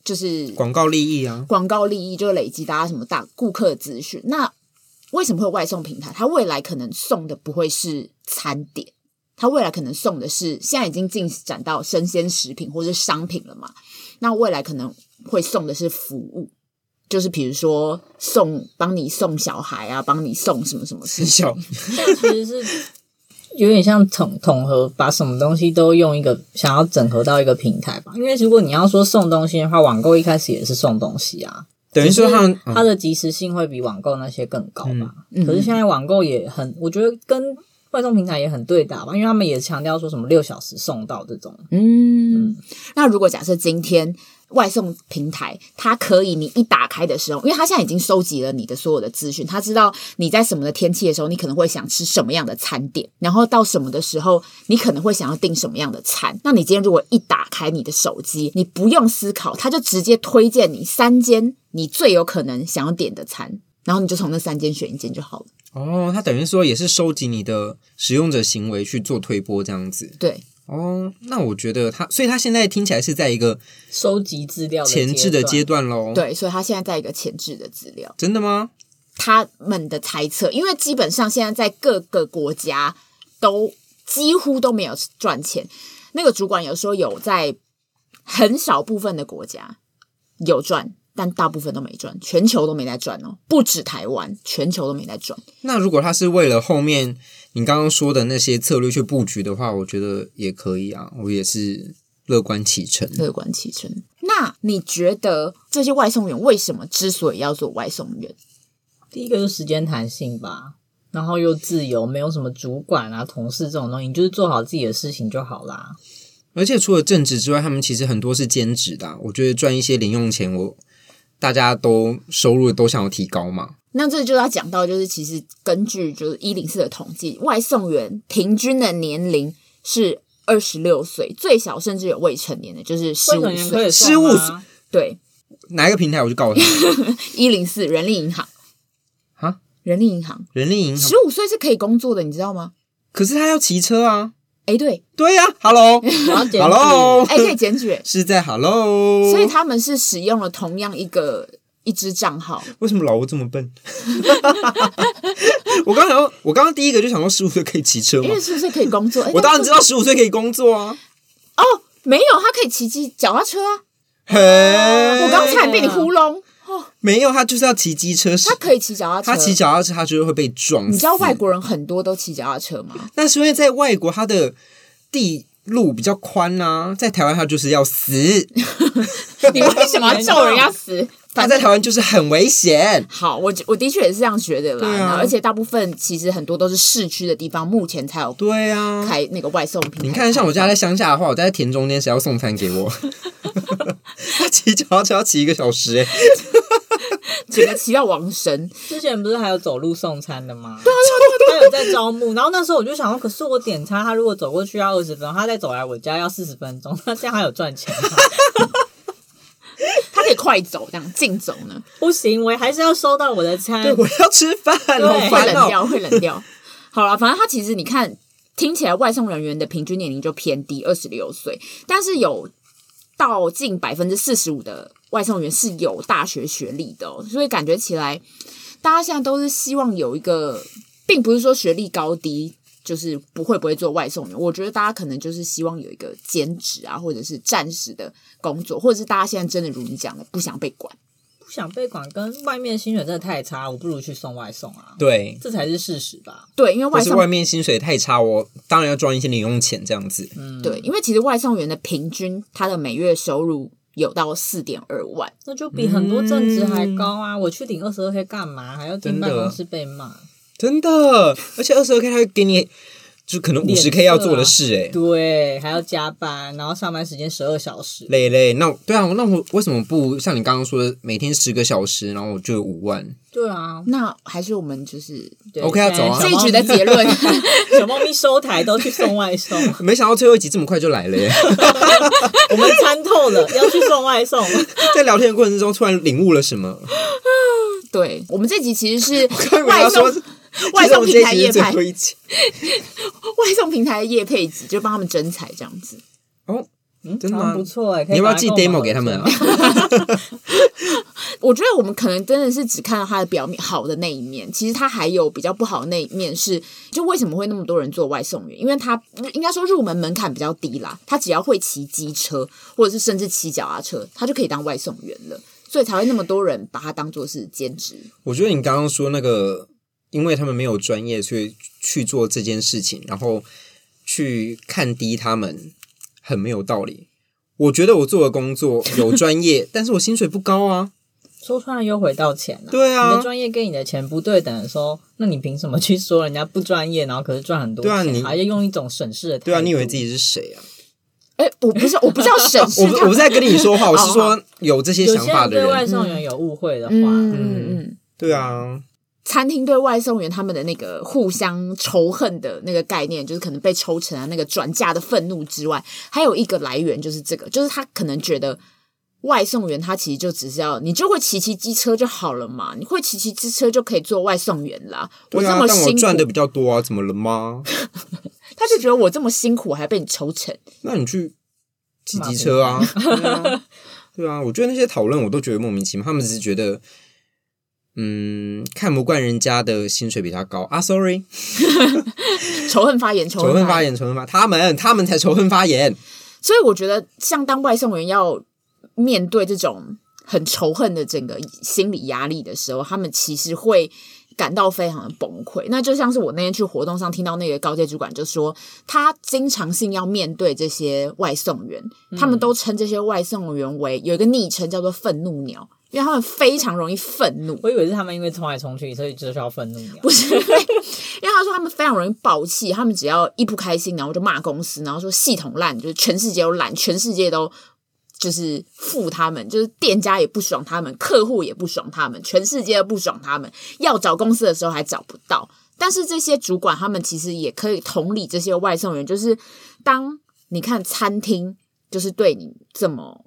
Speaker 1: 就是
Speaker 3: 广告利益啊， *laughs*
Speaker 1: 广告利益，就累积大家什么大顾客的资讯。那为什么会有外送平台？它未来可能送的不会是餐点，它未来可能送的是现在已经进展到生鲜食品或者是商品了嘛？那未来可能会送的是服务，就是比如说送帮你送小孩啊，帮你送什么什么事
Speaker 3: 很小，
Speaker 2: 这其实是有点像统统合，把什么东西都用一个想要整合到一个平台吧。因为如果你要说送东西的话，网购一开始也是送东西啊，
Speaker 3: 等于说他们、
Speaker 2: 它
Speaker 3: 嗯
Speaker 2: 的及时性会比网购那些更高吧。
Speaker 1: 嗯
Speaker 2: 可是现在网购也很，我觉得跟外送平台也很对打吧，因为他们也强调说什么六小时送到这种。
Speaker 1: 嗯，那如果假设今天外送平台，它可以你一打开的时候，因为它现在已经收集了你的所有的资讯，它知道你在什么的天气的时候，你可能会想吃什么样的餐点，然后到什么的时候，你可能会想要订什么样的餐。那你今天如果一打开你的手机，你不用思考，它就直接推荐你三间你最有可能想要点的餐，然后你就从那三间选一间就好了。
Speaker 3: 哦，他等于说也是收集你的使用者行为去做推播这样子。
Speaker 1: 对，
Speaker 3: 哦，那我觉得他，所以他现在听起来是在一个
Speaker 2: 收集资料的
Speaker 3: 前置的阶
Speaker 2: 阶段，
Speaker 3: 段喽。，
Speaker 1: 对，所以它现在在一个前置的资料。
Speaker 3: 真的吗？
Speaker 1: 他们的猜测，因为基本上现在在各个国家都几乎都没有赚钱。那个主管有说有在很少部分的国家有赚，但大部分都没赚，全球都没在赚哦，不止台湾，全球都没在赚。
Speaker 3: 那如果他是为了后面你刚刚说的那些策略去布局的话，我觉得也可以啊，我也是乐观其成。
Speaker 1: 乐观其成。那你觉得这些外送员为什么之所以要做外送员？
Speaker 2: 第一个就是时间弹性吧，然后又自由，没有什么主管啊、同事这种东西，你就是做好自己的事情就好啦。
Speaker 3: 而且除了正职之外，他们其实很多是兼职的啊、我觉得赚一些零用钱，我大家都收入都想要提高嘛。
Speaker 1: 那这就要讲到，就是其实根据就是一零四的统计，外送员平均的年龄是二十六岁，最小甚至有未成年的，就是十
Speaker 2: 未
Speaker 1: 五
Speaker 2: 成年可以
Speaker 1: 岁。
Speaker 2: 送吗
Speaker 3: 15岁
Speaker 2: *laughs*
Speaker 1: 对， *laughs*
Speaker 3: 哪一个平台我就告诉他， *laughs*
Speaker 1: 一零四人力银行
Speaker 3: 啊，
Speaker 1: 人力银行
Speaker 3: 人力银行
Speaker 1: 十。五岁是可以工作的，你知道吗？
Speaker 3: 可是他要骑车啊。
Speaker 1: 哎，
Speaker 3: *laughs*
Speaker 1: 对，
Speaker 3: 对呀、哈 h e l l o
Speaker 2: 我要检
Speaker 3: h e l l o
Speaker 1: 哎，可以检举，哎
Speaker 3: 是在 Hello。
Speaker 1: 所以他们是使用了同样一个一支账号，
Speaker 3: 为什么老吴这么笨？ *laughs* 我刚想说，我刚刚第一个就想说，十五岁可以骑车
Speaker 1: 因
Speaker 3: 吗
Speaker 1: 为？是不是可以工作？哎
Speaker 3: 我当然知道
Speaker 1: 但
Speaker 3: 十五岁可以工作啊。
Speaker 1: 是哦，没有，他可以骑机脚踏车啊，
Speaker 3: 嘿，
Speaker 1: 我
Speaker 3: 我
Speaker 1: 刚才被你糊弄，
Speaker 3: 没有，他就是要骑机车，
Speaker 1: 他可以骑脚踏车，
Speaker 3: 他骑脚踏车，他就是会被撞死。
Speaker 1: 你知道外国人很多都骑脚踏车吗？
Speaker 3: 那是因为在外国他的地路比较宽啊，在台湾他就是要
Speaker 1: *laughs*
Speaker 3: 死，
Speaker 1: 你为什么要咒人家死？
Speaker 3: *laughs* 他
Speaker 1: 反
Speaker 3: 在
Speaker 1: 正
Speaker 3: 台湾就是很危险。
Speaker 1: *laughs* 好，我我的确也是这样觉得啦。
Speaker 3: 对啊
Speaker 1: 那而且大部分其实很多都是市区的地方，目前才有
Speaker 3: 对啊，
Speaker 1: 开那个外送平台。
Speaker 3: 你看，像我家在乡下的话，我在田中间，谁要送餐给我？ *laughs* 他骑脚踏车要骑一个小时、欸，
Speaker 1: 整个骑到王神，
Speaker 2: 之前不是还有走路送餐的吗？对啊对对，他有在招募。然后那时候我就想说，可是我点餐，他如果走过去要二十分钟，他再走来我家要四十分钟，那这样还有赚钱吗？ *laughs*
Speaker 1: 他可以快走这样竞走呢，
Speaker 2: 不行，我还是要收到我的餐。
Speaker 3: 对我要吃饭，好
Speaker 2: 对
Speaker 1: 嗯会
Speaker 3: 烦
Speaker 1: 冷 *laughs*
Speaker 3: 哦、
Speaker 1: 掉，会冷掉。好了，反正他其实你看，听起来外送人员的平均年龄就偏低，二十六岁，但是有到近百分之四十五的外送员是有大学学历的、哦，所以感觉起来大家现在都是希望有一个，并不是说学历高低就是不会不会做外送员。我觉得大家可能就是希望有一个兼职啊，或者是暂时的工作，或者是大家现在真的如你讲的不想被管。
Speaker 2: 不想被管，跟外面薪水真的太差，我不如去送外送啊，
Speaker 3: 对，
Speaker 2: 这才是事实吧？
Speaker 1: 对，因为
Speaker 3: 或
Speaker 1: 外
Speaker 3: 是
Speaker 1: 送
Speaker 3: 外面薪水太差，我当然要赚一些零用钱这样子。
Speaker 1: 对，因为其实外送员的平均他的每月收入有到四点二万，
Speaker 2: 那就比很多正职还高啊！我去领二十二 K 干嘛？还要进
Speaker 3: 嗯真的
Speaker 2: 办公室被骂？
Speaker 3: 真的，而且二十二 k 他会给你，就可能五
Speaker 2: 脸色
Speaker 3: 十
Speaker 2: 啊
Speaker 3: k 要做的事、欸，哎，
Speaker 2: 对，还要加班，然后上班时间十二小时。
Speaker 3: 累累。那对啊，那我为什么不像你刚刚说的，每天十个小时，然后我就有五万？
Speaker 2: 对啊
Speaker 1: 那还是我们就是
Speaker 2: 对
Speaker 3: OK 啊
Speaker 2: 现在
Speaker 3: 走啊
Speaker 1: 这
Speaker 2: 小
Speaker 1: 一
Speaker 2: 猫
Speaker 1: 局的结论。
Speaker 2: 小猫咪收台都去送外
Speaker 3: *laughs*
Speaker 2: 送，
Speaker 3: 没想到最后一集这么快就来了、
Speaker 1: *laughs*
Speaker 3: 耶！
Speaker 2: 我们参透了，要去送外送。
Speaker 3: 在聊天的过程中突然领悟了什么？
Speaker 1: *laughs* 对我们这集其实
Speaker 3: 我以
Speaker 1: 是
Speaker 3: 为要
Speaker 1: 外送
Speaker 3: 说，
Speaker 1: 外送平台
Speaker 3: 其实我们这一集
Speaker 1: 夜
Speaker 3: 是最
Speaker 1: 拍，
Speaker 3: 后一集。
Speaker 1: 外送平台的夜配集，就帮他们征才这样子。
Speaker 3: 哦，
Speaker 2: 嗯，
Speaker 3: 真的
Speaker 2: 好像
Speaker 3: 吗
Speaker 2: 不错哎，可
Speaker 3: 你
Speaker 2: 以
Speaker 3: 要不
Speaker 2: 把
Speaker 3: 要
Speaker 2: 它
Speaker 3: 寄
Speaker 2: 弄好
Speaker 3: demo 给他们啊？
Speaker 1: 我觉得我们可能真的是只看到它的表面好的那一面，其实它还有比较不好的那一面是，就为什么会那么多人做外送员？因为它应该说入门门槛比较低啦，他只要会骑机车或者是甚至骑脚踏车，他就可以当外送员了，所以才会那么多人把它当做是兼职。
Speaker 3: *laughs* 我觉得你刚刚说那个，因为他们没有专业，所以去做这件事情，然后去看低他们，很没有道理。我觉得我做的工作有专业， *laughs* 但是我薪水不高啊。
Speaker 2: 说穿了又回到钱了、
Speaker 3: 对啊
Speaker 2: 你的专业跟你的钱不对等的时候，那你凭什么去说人家不专业，然后可是赚很多
Speaker 3: 对啊
Speaker 2: 钱
Speaker 3: 你
Speaker 2: 还要用一种审视的态度？
Speaker 3: 对啊，你以为自己是谁啊？
Speaker 1: 哎，我不是，我不是要审视
Speaker 3: 我不
Speaker 1: 他
Speaker 3: 我不是在跟你
Speaker 2: *laughs*
Speaker 3: 说话，我是
Speaker 1: 好
Speaker 3: 说有这些
Speaker 2: 有
Speaker 3: 想
Speaker 2: 些
Speaker 3: 法
Speaker 2: 人
Speaker 3: 的
Speaker 2: 对外
Speaker 3: 人。
Speaker 2: 送员有误会的话，
Speaker 1: 嗯嗯嗯，
Speaker 3: 对啊，
Speaker 1: 餐厅对外送员他们的那个互相仇恨的那个概念，就是可能被抽成啊，那个转嫁的愤怒之外，还有一个来源就是这个，就是他可能觉得外送员他其实就只是要你就会骑骑机车就好了嘛，你会骑骑机车就可以做外送员啦。我
Speaker 3: 对
Speaker 1: 这
Speaker 3: 啊
Speaker 1: 么，
Speaker 3: 但我
Speaker 1: 辛
Speaker 3: 赚的
Speaker 1: 苦，
Speaker 3: 比较多啊，怎么了吗？
Speaker 1: 他就觉得我这么辛苦还被你抽成，
Speaker 3: 那你去骑机车啊？对啊对啊，我觉得那些讨论我都觉得莫名其妙，他们只是觉得，嗯，看不惯人家的薪水比他高啊，sorry，
Speaker 1: *laughs* 仇恨发言， *laughs* 仇
Speaker 3: 仇
Speaker 1: 恨
Speaker 3: 恨
Speaker 1: 发
Speaker 3: 发
Speaker 1: 言。
Speaker 3: 言，仇恨发，他们他们才仇恨发言，
Speaker 1: 所以我觉得，像当外送员要面对这种很仇恨的整个心理压力的时候，他们其实会感到非常的崩溃。那就像是我那天去活动上听到那个高阶主管就说，他经常性要面对这些外送员，他们都称这些外送员为有一个昵称叫做“愤怒鸟”，因为他们非常容易愤怒。
Speaker 2: 我以为是他们因为冲来冲去，所以就需要愤怒鸟。
Speaker 1: 不是， *laughs* 因为他说他们非常容易爆气，他们只要一不开心，然后就骂公司，然后说系统烂，就是全世界都烂，全世界都就是负他们，就是店家也不爽他们，客户也不爽他们，全世界都不爽他们，要找公司的时候还找不到。但是这些主管他们其实也可以同理这些外送员，就是当你看餐厅就是对你这么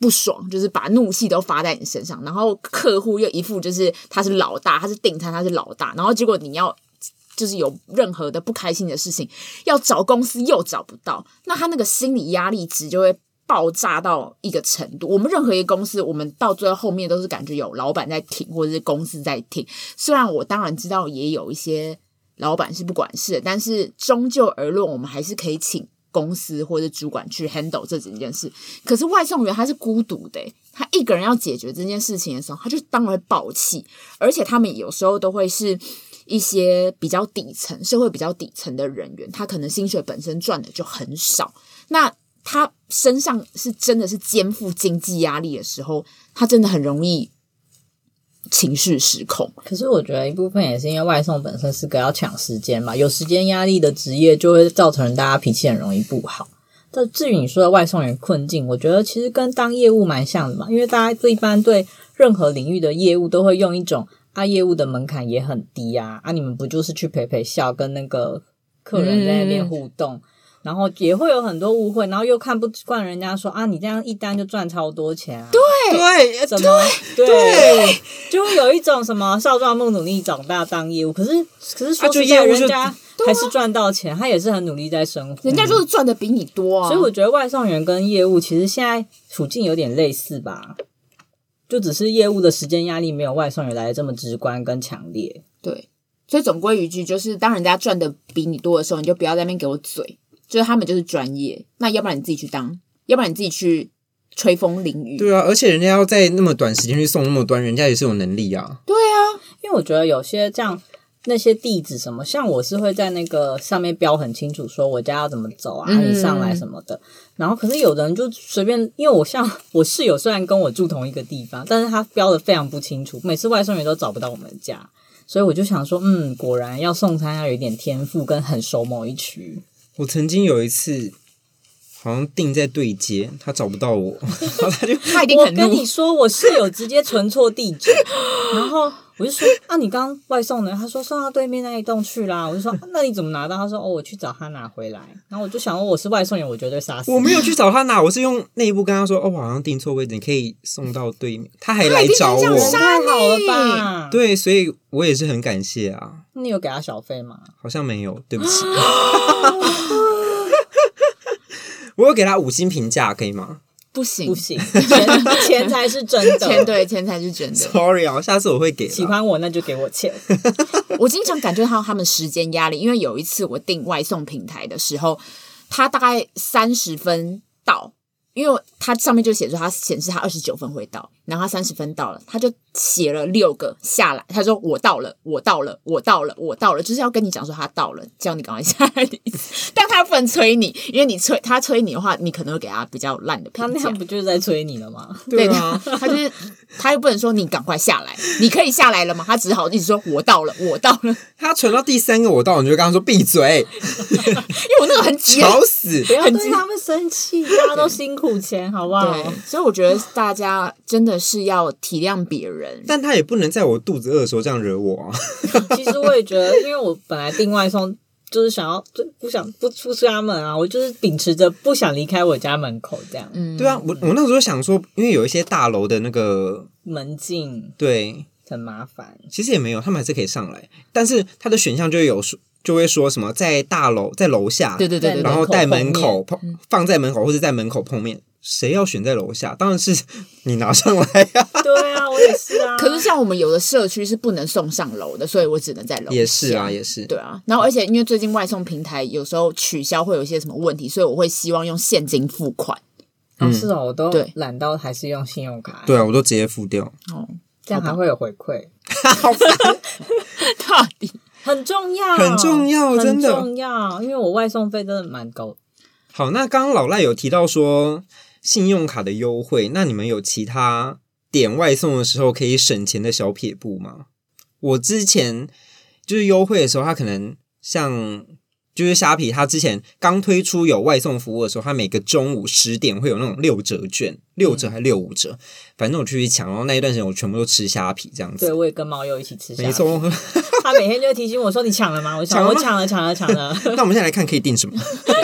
Speaker 1: 不爽，就是把怒气都发在你身上，然后客户又一副就是他是老大，他是订餐，他是老大，然后结果你要。就是有任何的不开心的事情，要找公司又找不到，那他那个心理压力值就会爆炸到一个程度。我们任何一个公司，我们到最后面都是感觉有老板在挺，或者是公司在挺。虽然我当然知道也有一些老板是不管事的，但是终究而论，我们还是可以请公司或者主管去 handle 这整件事。可是外送员他是孤独的欸、他一个人要解决这件事情的时候，他就当然会爆气，而且他们有时候都会是。一些比较底层、社会比较底层的人员，他可能薪水本身赚的就很少，那他身上是真的是肩负经济压力的时候，他真的很容易情绪失控。
Speaker 2: 可是我觉得一部分也是因为外送本身是个要抢时间嘛，有时间压力的职业就会造成大家脾气很容易不好。但至于你说的外送员困境，我觉得其实跟当业务蛮像的嘛，因为大家一般对任何领域的业务都会用一种啊，业务的门槛也很低啊，啊，你们不就是去陪陪笑，跟那个客人在那边互动。然后也会有很多误会，然后又看不惯人家说啊，你这样一单就赚超多钱啊，对，
Speaker 3: 对，啊
Speaker 2: 怎么对就会有一种什么少壮不努力，长大当业务。可是可是说
Speaker 3: 啊就
Speaker 2: 实在，
Speaker 3: 业务就
Speaker 2: 人家还是赚到钱，他也是很努力在生活。嗯
Speaker 1: 人家就是赚的比你多啊，
Speaker 2: 所以我觉得外送员跟业务其实现在处境有点类似吧，就只是业务的时间压力没有外送员来的这么直观跟强烈。
Speaker 1: 对。所以总归一句，就是当人家赚的比你多的时候，你就不要在那边给我嘴，就是他们就是专业，那要不然你自己去当，要不然你自己去吹风淋雨。
Speaker 3: 对啊，而且人家要在那么短时间去送那么端，人家也是有能力啊。
Speaker 1: 对啊，
Speaker 2: 因为我觉得有些这样那些地址什么，像我是会在那个上面标很清楚，说我家要怎么走啊，
Speaker 1: 嗯
Speaker 2: 你上来什么的。然后可是有的人就随便，因为我像我室友虽然跟我住同一个地方，但是他标的非常不清楚，每次外送员都找不到我们家。所以我就想说，嗯，果然要送餐要有一点天赋，跟很熟某一区。
Speaker 3: 我曾经有一次，好像定在对街，他找不到我，然后他就
Speaker 1: 他一定
Speaker 2: 我
Speaker 1: 很
Speaker 2: 跟
Speaker 1: 怒
Speaker 2: 你。说，我室友直接存错地址， *laughs* 然后我就说：“啊，你刚刚外送的？”他说：“送到对面那一栋去啦。”我就说啊：“那你怎么拿到？”他说：“哦，我去找他拿回来。”然后我就想，我是外送员，我绝对杀死
Speaker 3: 我没有去找他拿，我是用内部跟他说，哦，我好像订错位置，你可以送到对面。他还来
Speaker 1: 他
Speaker 3: 找
Speaker 1: 一定很
Speaker 3: 我
Speaker 1: 想，
Speaker 2: 太好了吧？，
Speaker 3: 对，所以我也是很感谢啊。
Speaker 2: 你有给他小费吗？
Speaker 3: 好像没有，对不起。 *laughs* 我有给他五星评价，可以吗
Speaker 1: 不行，
Speaker 2: *laughs* 不行，钱钱才是真的。
Speaker 1: 钱对钱才是真的。
Speaker 3: ？Sorry 啊，下次我会给啦。
Speaker 2: 喜欢我那就给我钱。
Speaker 1: 我经常感觉到他们时间压力，因为有一次我订外送平台的时候，他大概三十分到，因为他上面就写说他显示他二十九分会到，然后他三十分到了，他就写了六个下来，他说我到了，我到了，我到了，我到了，就是要跟你讲说他到了，叫你赶快下来的意思。 *laughs* 但他不能催你，因为你催他催你的话，你可能会给他比较烂的
Speaker 2: 他
Speaker 1: 评
Speaker 2: 那
Speaker 1: 价
Speaker 2: 样。不就是在催你了吗？
Speaker 3: 对啊，
Speaker 1: 对，他就是他又不能说你赶快下来，你可以下来了吗？他只好一直说我到了，我到了。
Speaker 3: 他传到第三个我到，你就跟他说闭嘴，
Speaker 1: 因为我那个很急。
Speaker 3: 吵死
Speaker 2: 不！要对他们生气，大家都辛苦钱，好不好
Speaker 1: 对？，所以我觉得大家真的是要体谅别人。
Speaker 3: 但他也不能在我肚子饿的时候这样惹我啊！
Speaker 2: *laughs* 其实我也觉得，因为我本来订外送就是想要就不想不出家门啊，我就是秉持着不想离开我家门口这样、
Speaker 1: 嗯，
Speaker 3: 对啊，我我那时候想说，因为有一些大楼的那个
Speaker 2: 门禁
Speaker 3: 对，
Speaker 2: 很麻烦。
Speaker 3: 其实也没有，他们还是可以上来，但是他的选项就会有说就会说什么在大楼在楼下，
Speaker 1: 对对对对对，
Speaker 3: 然后
Speaker 2: 口
Speaker 3: 带
Speaker 2: 碰
Speaker 3: 门口碰放在门口或者在门口碰面，谁要选在楼下？当然是 *laughs* 你拿上来呀、
Speaker 2: 对啊，我也是 *laughs* 啊。
Speaker 1: 可是像我们有的社区是不能送上楼的，所以我只能在楼下。
Speaker 3: 也是啊，也是。
Speaker 1: 对啊，然后而且因为最近外送平台有时候取消会有一些什么问题，所以我会希望用现金付款。
Speaker 2: 哦是哦，我都
Speaker 1: 对
Speaker 2: 懒到还是用信用卡，
Speaker 3: 嗯对啊，我都直接付掉。
Speaker 1: 哦，
Speaker 2: 这样还会有回馈，
Speaker 3: 好烦，
Speaker 1: 到底
Speaker 2: 很重要，
Speaker 3: 很重要
Speaker 2: 很
Speaker 3: 真的
Speaker 2: 重要。因为我外送费真的蛮高，
Speaker 3: 好，那刚刚老赖有提到说信用卡的优惠，那你们有其他点外送的时候可以省钱的小撇步吗？我之前就是优惠的时候，他可能像就是虾皮，他之前刚推出有外送服务的时候，他每个中午十点会有那种六折券，六折还六五折，反正我去抢，然后那一段时间我全部都吃虾皮这样
Speaker 2: 对
Speaker 3: 子。
Speaker 2: 我也跟猫友一起吃下。
Speaker 3: 没，错，哦
Speaker 2: 他每天就会提醒我说：“你抢了吗？”我想
Speaker 3: 抢了
Speaker 2: 我
Speaker 3: 吗
Speaker 2: 抢了，抢了，抢了。
Speaker 3: *laughs*
Speaker 2: *laughs*
Speaker 3: 那我们现在来看可以订什么？
Speaker 2: 对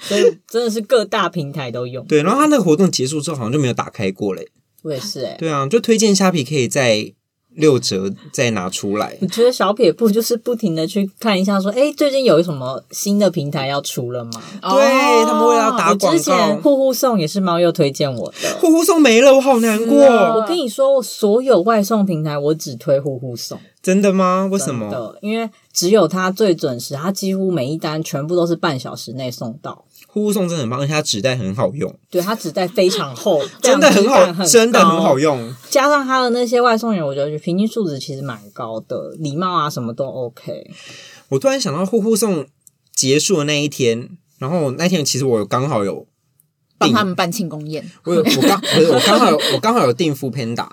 Speaker 2: 所以真的是各大平台都用。
Speaker 3: 对，然后他那个活动结束之后，好像就没有打开过嘞。
Speaker 2: 我也是哎、欸
Speaker 3: 对啊，就推荐虾皮可以在六折再拿出来
Speaker 2: 我。觉得小撇步就是不停的去看一下说，诶哎，最近有什么新的平台要出了吗？
Speaker 1: 哦
Speaker 3: 对他们为了要打
Speaker 2: 我
Speaker 3: 广
Speaker 2: 之前
Speaker 3: 告，
Speaker 2: 户户送也是猫又推荐我的。嗯
Speaker 3: 户户送没了，我好难
Speaker 1: 是
Speaker 3: 过。
Speaker 1: 啊
Speaker 2: 我跟你说，我所有外送平台我只推户户送，
Speaker 3: 真的吗？
Speaker 2: 为
Speaker 3: 为什么？
Speaker 2: 因为只有它最准时，它几乎每一单全部都是半小时内送到。
Speaker 3: 户户送真的很棒，而且它纸袋很好用，
Speaker 2: 对，它纸袋非常厚，
Speaker 3: *laughs* 真的很
Speaker 2: 量级感
Speaker 3: 好，真的很
Speaker 2: 高
Speaker 3: 好用。
Speaker 2: 加上他的那些外送员，我觉得平均素质其实蛮高的，礼貌啊什么都 OK。
Speaker 3: 我突然想到户户送结束的那一天，然后那天其实我有刚好有
Speaker 1: 帮
Speaker 3: 订
Speaker 1: 他们办庆功宴，
Speaker 3: 我有我刚不是我刚好有我刚好有订 f o o Panda，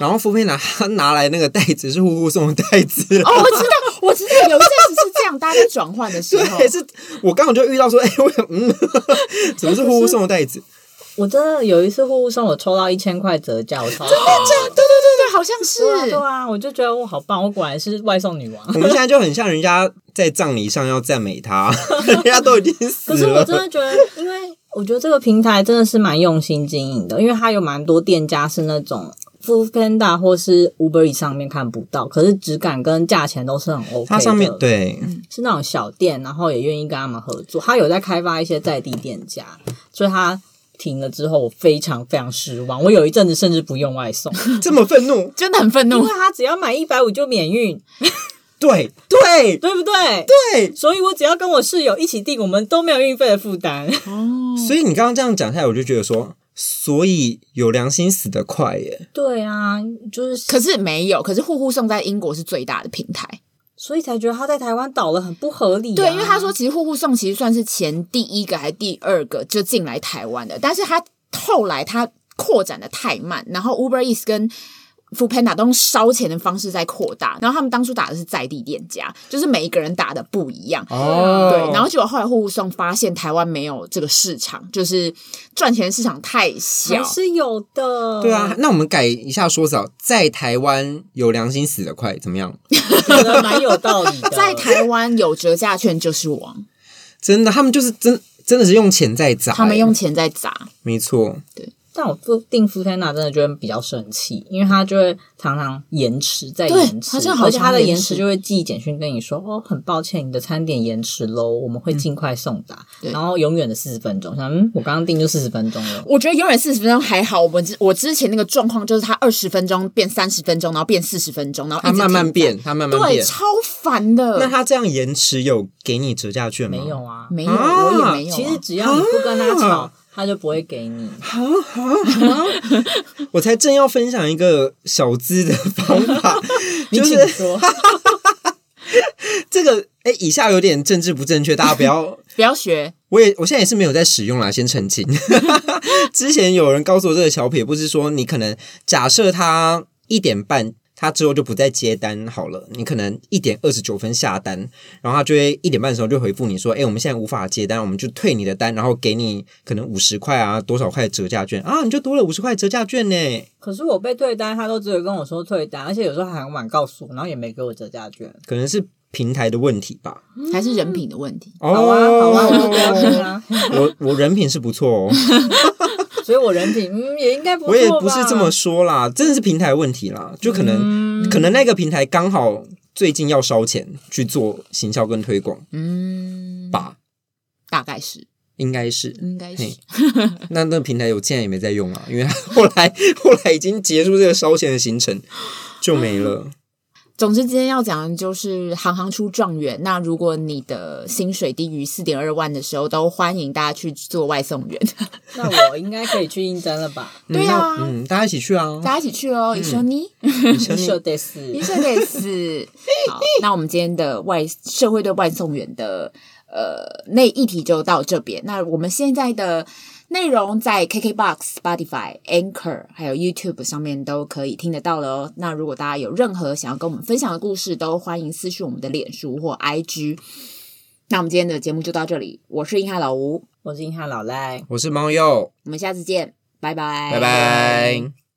Speaker 3: 然后 f o o Panda 他拿来那个袋子是户户送的袋子，
Speaker 1: 哦，我知道，我知道，有一阵子是这样，大家在转换的时候，
Speaker 3: 对，是我刚好就遇到说，哎、我想嗯， *laughs* 怎么是户户送的袋子？ *laughs*
Speaker 2: 我真的有一次户户送我抽到一千块折价，我超真
Speaker 1: 哦对对对对，好像
Speaker 2: 对啊对
Speaker 1: 是。
Speaker 2: 啊，我就觉得我好棒，我果然是外送女王。
Speaker 3: *laughs* 我们现在就很像人家在葬礼上要赞美他， *laughs* 人家都已经死
Speaker 2: 可是我
Speaker 3: 了
Speaker 2: 真。的觉得，因为我觉得这个平台真的是蛮用心经营的，因为它有蛮多店家是那种 Food Panda 或是 Uber Eats 上面看不到，可是质感跟价钱都是很 OK 的。
Speaker 3: 它上面对，
Speaker 2: 是那种小店，然后也愿意跟他们合作。他有在开发一些在地店家，所以他停了之后，我非常非常失望。我有一阵子
Speaker 3: *laughs*
Speaker 2: 甚至不用外送，
Speaker 3: 这么愤怒，
Speaker 1: 真的很愤
Speaker 2: 因
Speaker 1: 怒
Speaker 2: 为，他只要买一百五就免运。
Speaker 3: 对对
Speaker 2: 对不对？
Speaker 3: 对，
Speaker 2: 所以我只要跟我室友一起订，我们都没有运费的负担。 *laughs*
Speaker 1: 哦，
Speaker 3: 所以你刚刚这样讲下来，我就觉得说，所以有良心死得快耶。
Speaker 2: 对啊，就是
Speaker 1: 可是没有，可是户户送在英国是最大的平台。
Speaker 2: 所以才觉得他在台湾倒了很不合理、啊。
Speaker 1: 对，因为他说其实户户送其实算是前第一个还是第二个就进来台湾的，但是他后来他扩展的太慢，然后 Uber Eats 跟 f o o p a n d a 都用烧钱的方式在扩大，然后他们当初打的是在地店家，就是每一个人打的不一样。
Speaker 2: 嗯
Speaker 3: 哦
Speaker 1: 对，然后结果后来户户送发现台湾没有这个市场，就是赚钱市场太
Speaker 2: 还。
Speaker 1: 小
Speaker 2: 是有的。
Speaker 3: 对啊，，那我们改一下说法，在台湾有良心死得快，怎么样？
Speaker 2: 觉得蛮有道 *laughs* 理的。
Speaker 1: 在台湾有折价券就是王，
Speaker 3: 真的，他们就是真真的是用钱在砸耶，
Speaker 1: 他们用钱在砸。
Speaker 3: 没错，
Speaker 2: 但我做订 f o o t a n a 真的就会比较生气，因为他就会常常延迟再
Speaker 1: 对
Speaker 2: 延迟，
Speaker 1: 它真的好
Speaker 2: 而且他的
Speaker 1: 常延
Speaker 2: 延
Speaker 1: 迟
Speaker 2: 迟就会寄简讯跟你说：“哦，很抱歉，你的餐点延迟喽，我们会尽快送达。
Speaker 1: 对
Speaker 2: 然后永远的四十分钟，想嗯，我刚刚订就四十分钟了。
Speaker 1: 我觉得永远四十分钟还好，我们之我之前那个状况就是它二十分钟变三十分钟，然后变四十分钟，然后一
Speaker 3: 他
Speaker 1: 直
Speaker 3: 慢慢
Speaker 1: 停
Speaker 3: 变，他慢慢
Speaker 1: 对，
Speaker 3: 变。
Speaker 1: 超烦的。
Speaker 3: 那他这样延迟有给你折价券吗？
Speaker 2: 嗯没有啊，
Speaker 1: 没有，
Speaker 3: 啊
Speaker 1: 我也没有啊、
Speaker 2: 其实只要你不跟他吵，他就不会给你。
Speaker 3: 我才正要分享一个小资的方法，
Speaker 2: 你
Speaker 3: 就
Speaker 2: 请
Speaker 3: 是
Speaker 2: 说，
Speaker 3: 这个哎，以下有点政治不正确，大家不要。
Speaker 1: 不要学，
Speaker 3: 我也我现在也是没有在使用啦，先
Speaker 2: *laughs*
Speaker 3: 澄清。之前有人告诉我这个小撇步是说，你可能假设他一点半，他之后就不再接单好了，你可能一点二十九分下单，然后他就会一点半的时候就回复你说，哎、我们现在无法接单，我们就退你的单，然后给你可能五十块啊多少块折价券啊，你就多了五十块折价券呢。
Speaker 2: *laughs* 可是我被退单，他都只有跟我说退单，而且有时候还很晚告诉我，然后也没给我折价券。
Speaker 3: 可能是平台的问题吧。
Speaker 1: 还是人品的问题。
Speaker 3: 哦
Speaker 2: 好啊，好啊，我就不要
Speaker 3: *laughs*
Speaker 2: 听啊。
Speaker 3: 我我人品是不错哦，
Speaker 2: 所以我人品嗯也应该不错
Speaker 3: 我
Speaker 2: 吧
Speaker 3: 也不是这么说啦，真的是平台问题啦，就可
Speaker 1: 嗯
Speaker 3: 能、可能那个平台刚好最近要烧钱去做行销跟推广
Speaker 1: 嗯，
Speaker 3: 吧，
Speaker 1: 大概是，
Speaker 3: 应该是。
Speaker 1: 应该
Speaker 3: 嘿
Speaker 1: 是。
Speaker 3: 那那个平台有现在也没在用啊，因为它后来 *laughs* 后来已经结束这个烧钱的行程，就没了。
Speaker 1: 总之，今天要讲的就是行行出状元。那如果你的薪水低于四点二万的时候，都欢迎大家去做外送员，
Speaker 3: 嗯
Speaker 2: 那我应该可以去应征了吧？
Speaker 1: 对啊
Speaker 3: 嗯那嗯，大家一起去啊，
Speaker 1: 大家一起去哦。一说你，
Speaker 3: 生命
Speaker 2: 社得死
Speaker 1: 一。说得死。好，那我们今天的外社会对外送员的呃那议题就到这边。那我们现在的内容在 KKBox、Spotify、Anchor 还有 YouTube 上面都可以听得到了哦。那如果大家有任何想要跟我们分享的故事，都欢迎私讯我们的脸书或 IG。那我们今天的节目就到这里，我是硬汉老吴，
Speaker 2: 我是硬汉老赖。
Speaker 3: 我是猫鼬，
Speaker 1: 我们下次见，拜拜，
Speaker 3: 拜拜。